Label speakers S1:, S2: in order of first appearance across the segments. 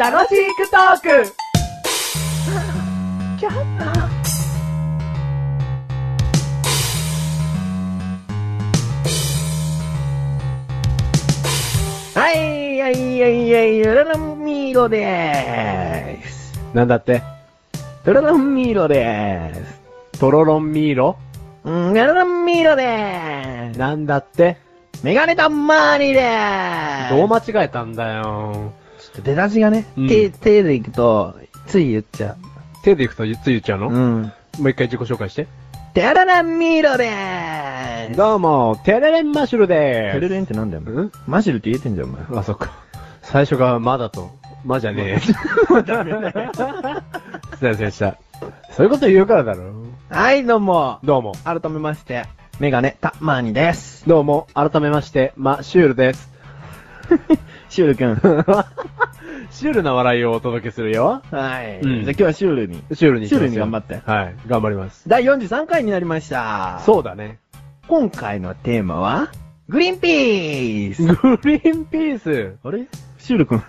S1: 楽しくトーク
S2: はい、いやいやいやいや、ララミーロでーす。
S3: なんだって
S2: ララミーロでーす。
S3: トロロンミーロ
S2: うんララミーロでーす。
S3: なんだって
S2: メガネたまーにでーす。
S3: どう間違えたんだよ。
S2: ちょっと出だしがね、
S3: うん
S2: 手、手でいくと、つい言っちゃ
S3: 手でいくとつい言っちゃうの、
S2: う。
S3: も
S2: うん。
S3: う一回自己紹介して。
S2: テララミーロでーす。
S3: どうも、テレレンマッシュルでー
S1: テ
S3: す。
S1: レレンってなんだよ。
S3: うん
S1: マジルって言えてんじゃん、お前。
S3: あ、そっか。最初がまだと、まじゃねえ。 すいませんでした。そういうこと言うからだろ。
S2: はい、どうも。
S3: どうも。
S2: 改めまして、メガネたまーにです。
S3: どうも、改めまして、マシュールです。
S1: シュールくん。
S3: シュールな笑いをお届けするよ。
S2: はい。
S3: うん
S1: じゃあ今日はシュールに。
S3: シュールに行きますよ
S1: シュールに頑張って
S3: はい、頑張ります。
S2: 第43回になりました。う。
S3: そうだね。
S2: 今回のテーマは、グリーンピース
S3: グリーンピース。
S1: あれシュールくん。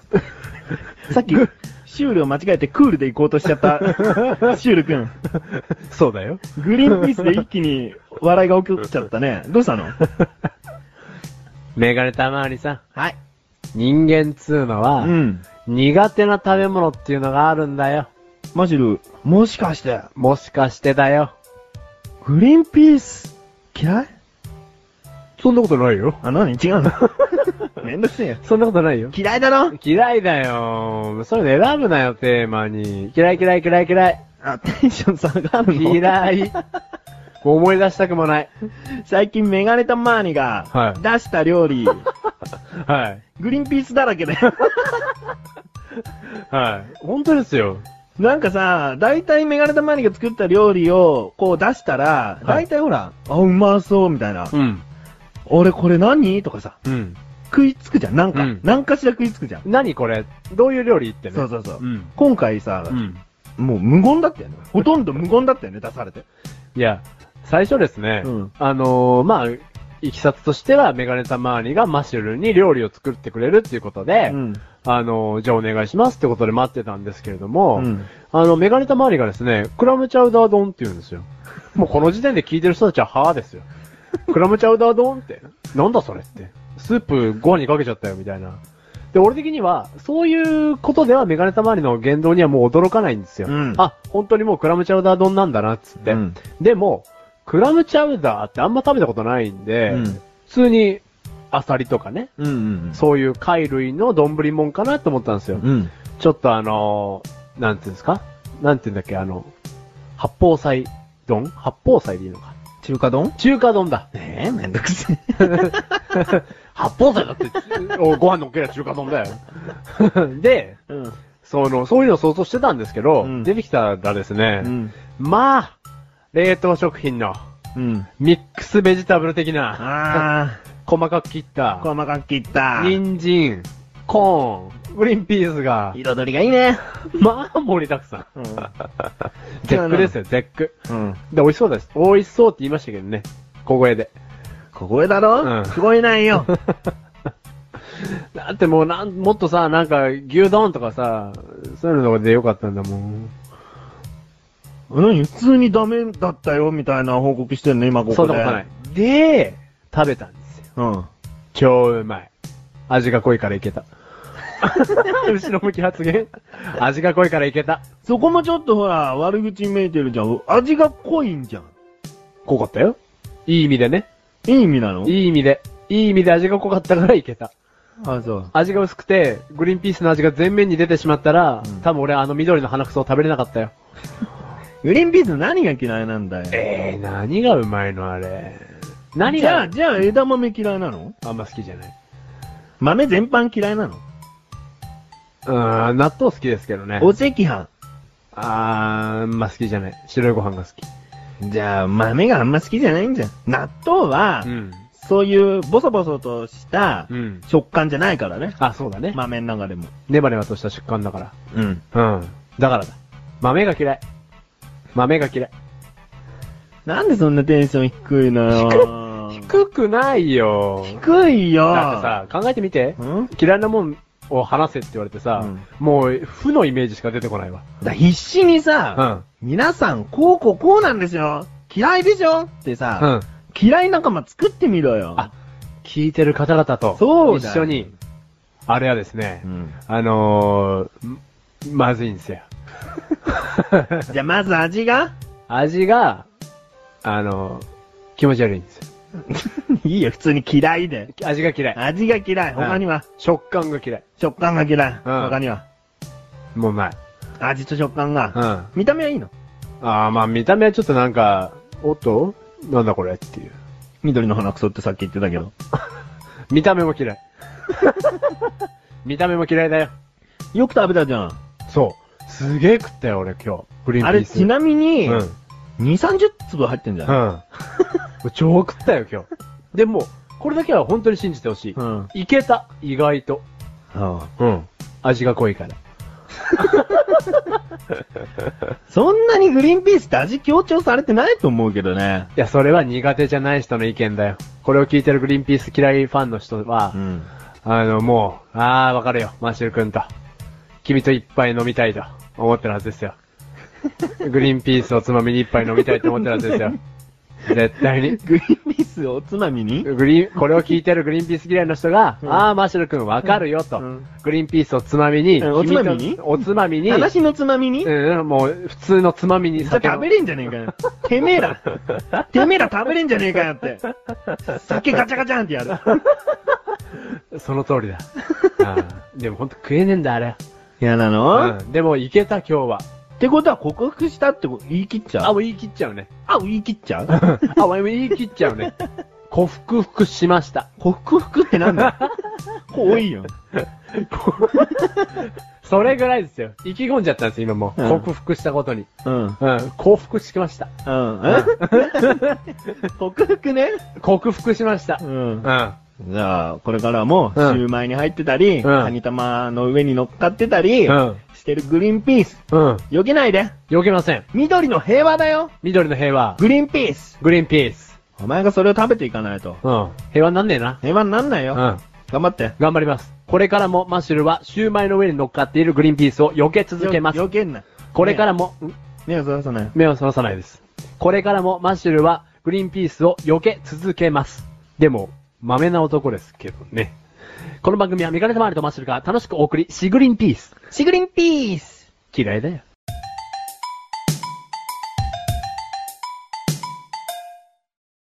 S1: さっき、シュールを間違えてクールで行こうとしちゃ った。シュールくん。
S3: そうだよ。
S1: グリーンピースで一気に笑いが起きちゃったね。どうしたの
S3: メガネたまわりさん。
S2: はい。
S3: 人間っつうのは、
S1: うん。
S3: 苦手な食べ物っていうのがあるんだよ。
S1: マジル、もしかして、
S3: もしかしてだよ。
S1: グリーンピース嫌い
S3: そんなことないよ。
S1: あ、なに違う のめんどくせえよ。
S3: そんなことないよ。
S2: 嫌いだろ
S3: 嫌いだよ。そういうの選ぶなよ、テーマに。嫌い嫌い嫌い 嫌い。
S1: あ、テンション下がるの
S3: 嫌 い。思い出したくもない。
S1: 最近メガネたマーニが
S3: はい
S1: 出した料 理、
S3: はい。
S1: グリーンピースだらけだよ。
S3: はい。本当ですよ。
S1: なんかさ、大体メガネたマーニが作った料理をこう出したら、
S3: はい
S1: 大体ほら、あ、うまそうみたいな。
S3: うん。
S1: 俺これ何とかさ、
S3: うん。
S1: 食いつくじゃん。なんか、
S3: うん
S1: なんかしら食いつくじゃん。
S3: 何これどういう料理ってね。
S1: そうそうそう。
S3: うん。
S1: 今回さ、
S3: うん。
S1: もう無言だったよね。ほとんど無言だったよね、出されて。
S3: いや、最初ですね、
S1: うん
S3: あのー、まあ、いきさつとしては、メガネたまわりがマッシュルに料理を作ってくれるっていうことで、
S1: うん。
S3: あのー、じゃあお願いしますってことで待ってたんですけれども、
S1: うん
S3: あの、メガネたまわりがですね、クラムチャウダー丼って言うん ですよ。もうこの時点で聞いてる人たちは、はぁですよ。クラムチャウダー丼って、なんだそれって。スープご飯にかけちゃったよ、みたいな。で、俺的には、そういうことではメガネたまわりの言動にはもう驚かないんですよ。
S1: うん
S3: あ、本当にもうクラムチャウダー丼なんだな、つって。
S1: うん
S3: でも、クラムチャウダーってあんま食べたことないんで、
S1: うん
S3: 普通に、アサリとかね、
S1: うんうん。
S3: そういう貝類の丼もんかなと思ったんですよ。
S1: うん。
S3: ちょっとあのー、なんていうんですかなんていうんだっけ、あの、八宝菜丼八宝菜でいいのか。
S1: 中華丼
S3: 中華丼だ。
S1: ええめんどくせえ。
S3: 八宝菜だって、おご飯のっけりゃ中華丼だよ。 で、
S1: うん。
S3: その、そういうのを想像してたんですけど、
S1: うん
S3: 出てきたらですね、
S1: うん。
S3: まあ、冷凍食品の
S1: うん。
S3: ミックスベジタブル的な、
S1: あ
S3: 細かく切った
S1: ー、、細かく切った。
S3: 人参、コーン、グリーンピースが、
S2: 彩りがいいね。
S3: まあ盛りだくさん。
S1: うん。
S3: 絶句ですよ、絶句。
S1: うん。
S3: で、美味し そうです。美味しそうって言いましたけどね。小声で。
S1: 小声だろ
S3: うん
S1: 聞こえな いよ。
S3: だってもうなん、もっとさ、なんか、牛丼とかさ、そういうのとかでよかったんだもん。
S1: 何普通にダメだったよ、みたいな報告してんの、今ここで。
S3: そんなことない。。で、食べたんですよ。
S1: うん。
S3: 超うまい。味が濃いからいけ た。後ろ向き発言。味が濃いからいけた。
S1: そこもちょっとほら、悪口めいてるじゃん。味が濃いんじゃん。
S3: 濃かったよ。いい意味でね。
S1: いい意味なの
S3: いい意味で。いい意味で味が濃かったからいけた。
S1: あ、そう。
S3: 味が薄くて、グリーンピースの味が全面に出てしまったら、
S1: うん
S3: 多分俺あの緑の鼻くそを食べれなかったよ。
S1: グリーンピース何が嫌いなんだよ。
S3: えー、何がうまいのあれ。何
S1: じゃ
S3: が
S1: あ、じゃあ枝豆嫌いなの
S3: あんま好きじゃない。
S1: 豆全般嫌いなの
S3: うーん、納豆好きですけどね。
S1: お赤飯。
S3: あー、あんま好きじゃない。白いご飯が好き。
S1: じゃあ、豆があんま好きじゃないんじゃん。納豆は、
S3: うん。
S1: そういうボソボソとした
S3: うん。
S1: 食感じゃないからね。
S3: あ、そうだね。
S1: 豆の中でも。
S3: ネバネバとした食感だか
S1: うん。
S3: ら。うん。だからだ。豆が嫌い。豆が嫌い。
S1: なんでそんなテンション低いのよ。
S3: 低くないよ。
S1: 低いよ。
S3: だってさ、考えてみて。
S1: うん
S3: 嫌いなもんを話せって言われてさ、
S1: うん
S3: もう、負のイメージしか出てこないわ。
S1: だ必死に
S3: う
S1: さ、
S3: ん。
S1: 皆さん、こうこうこうなんですよ。嫌いでしょってさ、
S3: うん。
S1: 嫌い仲間作ってみろよ。
S3: あ聞いてる方々と、
S1: そうだ
S3: 一
S1: よ
S3: 緒に、あれはですね、
S1: うん
S3: あのー、んまずいんですよ。
S1: じゃあ、まず味が
S3: 味が、あのー、気持ち悪いんですよ。
S1: いいよ、普通に嫌いで。
S3: 味が嫌い。
S1: 味が嫌い。他には、
S3: 食感が嫌い。
S1: 食感が嫌い。
S3: うん
S1: 他には、
S3: もうない。
S1: 味と食感
S3: うん。
S1: が。
S3: あ
S1: 見た目はいいの
S3: あ、まあ見た目はちょっとなんか、おっとなんだこれっていう。
S1: 緑の鼻くそってさっき言ってたけど。
S3: 見た目も 嫌い。見た目も嫌いだよ。
S1: よく食べたじゃん。
S3: そう。すげえ食ったよ、俺今日。グリーンピース。
S1: あれ、ちなみに、
S3: うん。
S1: 2、30粒入ってんじゃん。
S3: うん。超食ったよ、今日。でも、これだけは本当に信じてほしい。
S1: ん。
S3: いけた、意外と。
S1: あ
S3: うん。味が濃いから。
S1: あそんなにグリーンピースって味強調されてないと思うけどね。
S3: いや、それは苦手じゃない人の意見だよ。これを聞いてるグリーンピース嫌いファンの人は、
S1: ん。
S3: あの、もう、あー、わかるよ、マシュル君と。君と一杯飲みたいと思ってるはず ですよ。グリーンピースをつまみに一杯飲みたいと思ってるはずですよ。絶対に。
S1: グリーンピースをおつまみに
S3: グリーン、これを聞いてるグリーンピース嫌いの人が、あー、マシュル君わかるよと、
S1: うん
S3: グリーンピースをつまみに、
S1: うんおつまみに
S3: 君とおつまみに、
S1: 話のつまみにじ
S3: うん、もう、普通のつまみに
S1: ゃあ食べれんじゃねえかよ。てめえら、てめえら食べれんじゃねえかよ って。酒ガチャガチャンってやる。
S3: その通り だ。うんでもほんと食えねえんだ、あれ。
S1: 嫌なの、っ
S3: うん。でも、いけた、今日は。
S1: てことは克服したってこと言い切っちゃ
S3: あ、
S1: う
S3: もう言い切っちゃう ね。
S1: あ、言い切っちゃう
S3: あ、もう言い切っちゃう ね。こ克服しました。
S1: 克服ってなん だよこう多いよ。
S3: それぐらいですよ。意気込んじゃったんですよ、今もう。
S1: うん
S3: 克服したことに。
S1: うん。うん。
S3: うん。克服しました。
S1: え克服ね。
S3: 克服しました。
S1: ん
S3: うん。
S1: じゃあ、これからも、シ
S3: うん
S1: ューマイに入ってたり、
S3: ん
S1: カニ玉の上に乗っかってたり、
S3: うん。
S1: してるグリーンピース。
S3: うん。
S1: 避けないで。
S3: 避けません。
S1: 緑の平和だよ。
S3: 緑の平和。
S1: グリーンピース。
S3: グリーンピース。
S1: お前がそれを食べていかないと。
S3: うん。平和になんねえな。
S1: 平和になんないうよ。
S3: ん。
S1: 頑張って。
S3: 頑張ります。これからもマッシュルはシューマイの上に乗っかっているグリーンピースを避け続けます
S1: よ。避けんな。
S3: これからも、ん
S1: 目をそらさない。
S3: 目をそらさないです。これからもマッシュルはグリーンピースを避け続けます。でも、まめな男ですけどね。この番組は見かねたまわりとマッシュルが楽しくお送り、シグリンピース。
S2: シグリンピース
S3: 嫌いだよ。